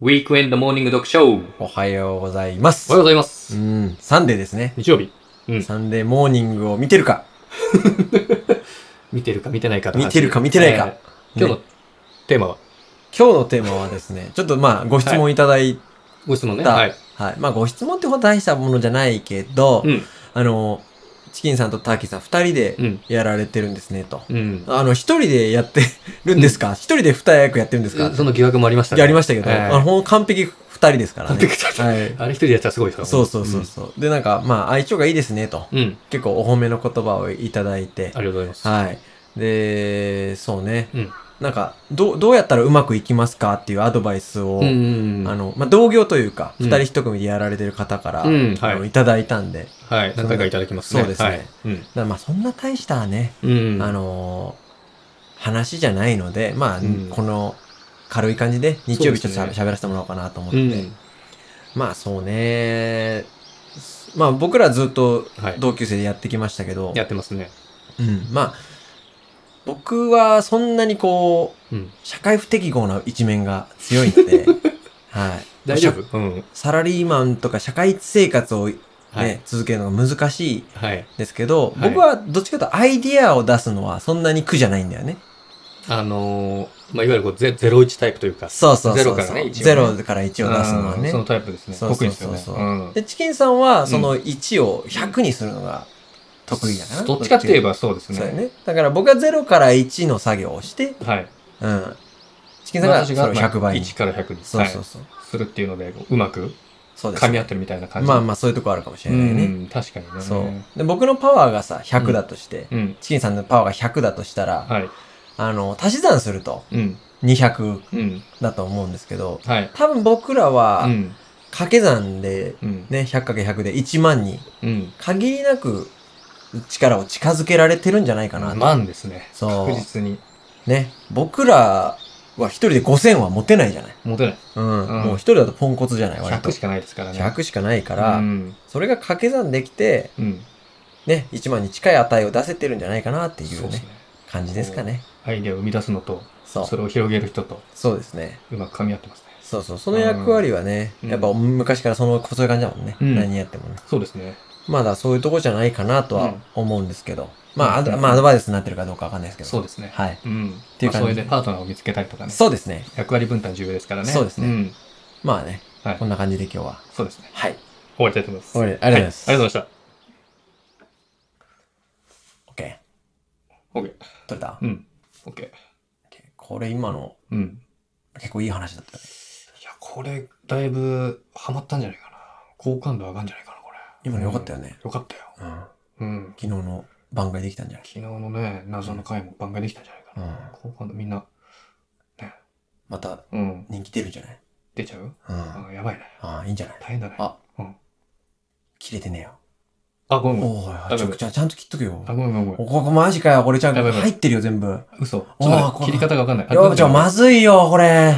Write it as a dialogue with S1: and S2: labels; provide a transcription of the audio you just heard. S1: ウィークエンドモーニング読書おはよ
S2: おはようございます。
S1: うございま
S2: う
S1: す。
S2: ん、サンデーですね。
S1: 日曜日、うん
S2: サンデーモーニングを見てるか
S1: 見てるか見てないかの話
S2: 見てるか見てないか
S1: えー今日のテーマは、
S2: 今日のテーマはですね、 ちょっとまあご質問いただい
S1: ご質問ね。
S2: た、
S1: は
S2: はいい。まあご質問ってほど大したものじゃないけど、
S1: うん
S2: あの、チキンさんとターキーさん二人で
S1: うん。
S2: やられてるんですね、と。
S1: うん。
S2: あの、一人でやってるんですか一、人で二役やってるんですか、
S1: その疑惑もありましたね。
S2: やりましたけど、
S1: ええ
S2: あの、ほん完璧二人ですからね。
S1: 完璧二人
S2: はい。
S1: あれ一人でやったらすごいですから
S2: そうそうそう。そう。で、なんか、まあ相性がいいですね、と。
S1: うん。うん
S2: 結構お褒めの言葉をいただいて
S1: あ。りがとうございます。
S2: はい。で、そうね。
S1: うん
S2: なんか、どう、どうやったらうまくいきますかっていうアドバイス
S1: うん
S2: を、
S1: うんうん。
S2: あの、まあ、同業というか、
S1: うん
S2: 二、人一組でやられてる方から、
S1: うんはい
S2: あのいただいたんで、だか
S1: はい。何回かいただきますね。
S2: そうですね
S1: はい。うん
S2: らまあ、そんな大したね、
S1: うん。
S2: あのー話じゃないので、まあ、
S1: うん
S2: この、軽い感じで、日曜日ちょっとしゃ
S1: そうです
S2: 喋、らせてもらおうかなと思っ
S1: う
S2: て、
S1: ん。
S2: まあ、そうね。まあ、僕らずっと
S1: はい。
S2: 同級生でやってきましたけど、
S1: やってますね。
S2: うん、まあ、僕はそんなにこう、
S1: うん。
S2: 社会不適合な一面が強い ので、はい。
S1: 大丈
S2: まあ
S1: 夫うん。
S2: サラリーマンとか社会生活をね、
S1: はい
S2: 続けるのが難しい
S1: はい。
S2: ですけど、
S1: はい
S2: 僕はどっちかというとアイディアを出すのはそんなに苦じゃないんだよね。
S1: あのー、まあ、いわゆるこうゼ、ゼロイチタイプというか。
S2: そうそうそう
S1: ゼ
S2: そう。
S1: ロからね一応ね
S2: ゼロから1を出すのは
S1: うん
S2: ね
S1: そ。のタイプですね。
S2: そう
S1: 得
S2: そ
S1: 意
S2: う
S1: ですよ
S2: そう
S1: ね。
S2: そう
S1: うん
S2: で、チキンさんはその1を100にするのが得意だから。
S1: どっちかって言え
S2: ば。
S1: ばそうです
S2: そうだよ
S1: ね。
S2: ね。だから僕は0から1の作業をして、
S1: はい。
S2: うん。チキンさんがそれを100倍に。
S1: 1から100に。
S2: そうそうそう。
S1: はいするっていうので、うまく
S2: そうです。
S1: 噛み合ってるみたいな感じ。
S2: まあまあそういうとこあるかもし
S1: う
S2: れないね。
S1: ん、確かにね。
S2: そう。で、僕のパワーがさ、100だとして、
S1: うん。
S2: チキンさんのパワーが100だとしたら、
S1: はい。
S2: あの、足し算すると
S1: うん。
S2: 200
S1: うん。
S2: だと思うんですけど、
S1: はい。
S2: 多分僕らは
S1: う、ん。
S2: 掛け算で、
S1: うん。
S2: ね、100×100 で1万に、
S1: うん。
S2: 限りなく力を近づけられてるんじゃないかなと。
S1: 万ですね。
S2: そう
S1: 確実に。
S2: ね。僕らは一人で5000は持てないじゃない。
S1: 持てない。
S2: うん。
S1: うん
S2: もう一人だとポンコツじゃない、割と。
S1: 100しかないですからね。
S2: 100しかないか、
S1: からうん。
S2: それが掛け算できて、
S1: うん。
S2: ね、1万に近い値を出せてるんじゃないかなっていう
S1: そうです
S2: ね
S1: ね。
S2: 感じですかね。
S1: アイデアを生み出すのと、
S2: そう。
S1: それを広げる人と、
S2: そうですね。
S1: うまく噛み合ってますね。
S2: そうそう。その役割はね、
S1: うん
S2: やっぱ昔からその、そういう感じだもんね。
S1: うん
S2: 何やってもね。
S1: そうですね。
S2: まだそういうとこじゃないかなと
S1: う
S2: は
S1: ん
S2: 思うんですけど。まあ、あ
S1: うん
S2: まあ、アドバイスになってるかどうかわかんないですけど。
S1: そうですね。
S2: はい。
S1: うん。
S2: ていう
S1: まあ
S2: 感
S1: そ
S2: じ
S1: ういうね、パートナーを見つけたりとかね。
S2: そうですね。
S1: 役割分担重要ですからね。
S2: そうですね
S1: ん。
S2: まあね、
S1: はい
S2: こんな感じで今日は。
S1: そうですね。
S2: はい。
S1: 終わりたいと思います。
S2: 終わりありがとうございます
S1: はありがとうございました。
S2: オッケー。取れた、
S1: OK。うん。OK。
S2: これ今の
S1: うん。
S2: 結構いい話だったよね。
S1: いや、これ、だいぶ、ハマったんじゃないかな。好感度上がんじゃないかな、これ。
S2: 今の良かったよね。
S1: よかったよ。
S2: うん。
S1: うん。
S2: 昨日の番外できたんじゃない
S1: 昨日のね、謎の回も番外できたんじゃないかな。
S2: うん。
S1: 好感度みんな、
S2: また
S1: うん。
S2: 人気出るんじゃない
S1: 出ちゃう
S2: うん。あ
S1: あやばいね。
S2: あ、いいんじゃない
S1: 大変だね。
S2: あ切れてねえよ。
S1: あ、ごめんごめん。
S2: おー
S1: あ
S2: い、ち
S1: ご
S2: ょ、
S1: めん
S2: ちゃんちゃんと切っとけよ。
S1: あ、ごめんごめんごめん。
S2: おここマジかよ、これちゃんと
S1: やばいやばい
S2: 入ってるよ、全部。
S1: 嘘。ちょっ
S2: おー
S1: と
S2: こ
S1: ね切り方がわかんない。あ
S2: やばい、ちょ、まずいよ、これ。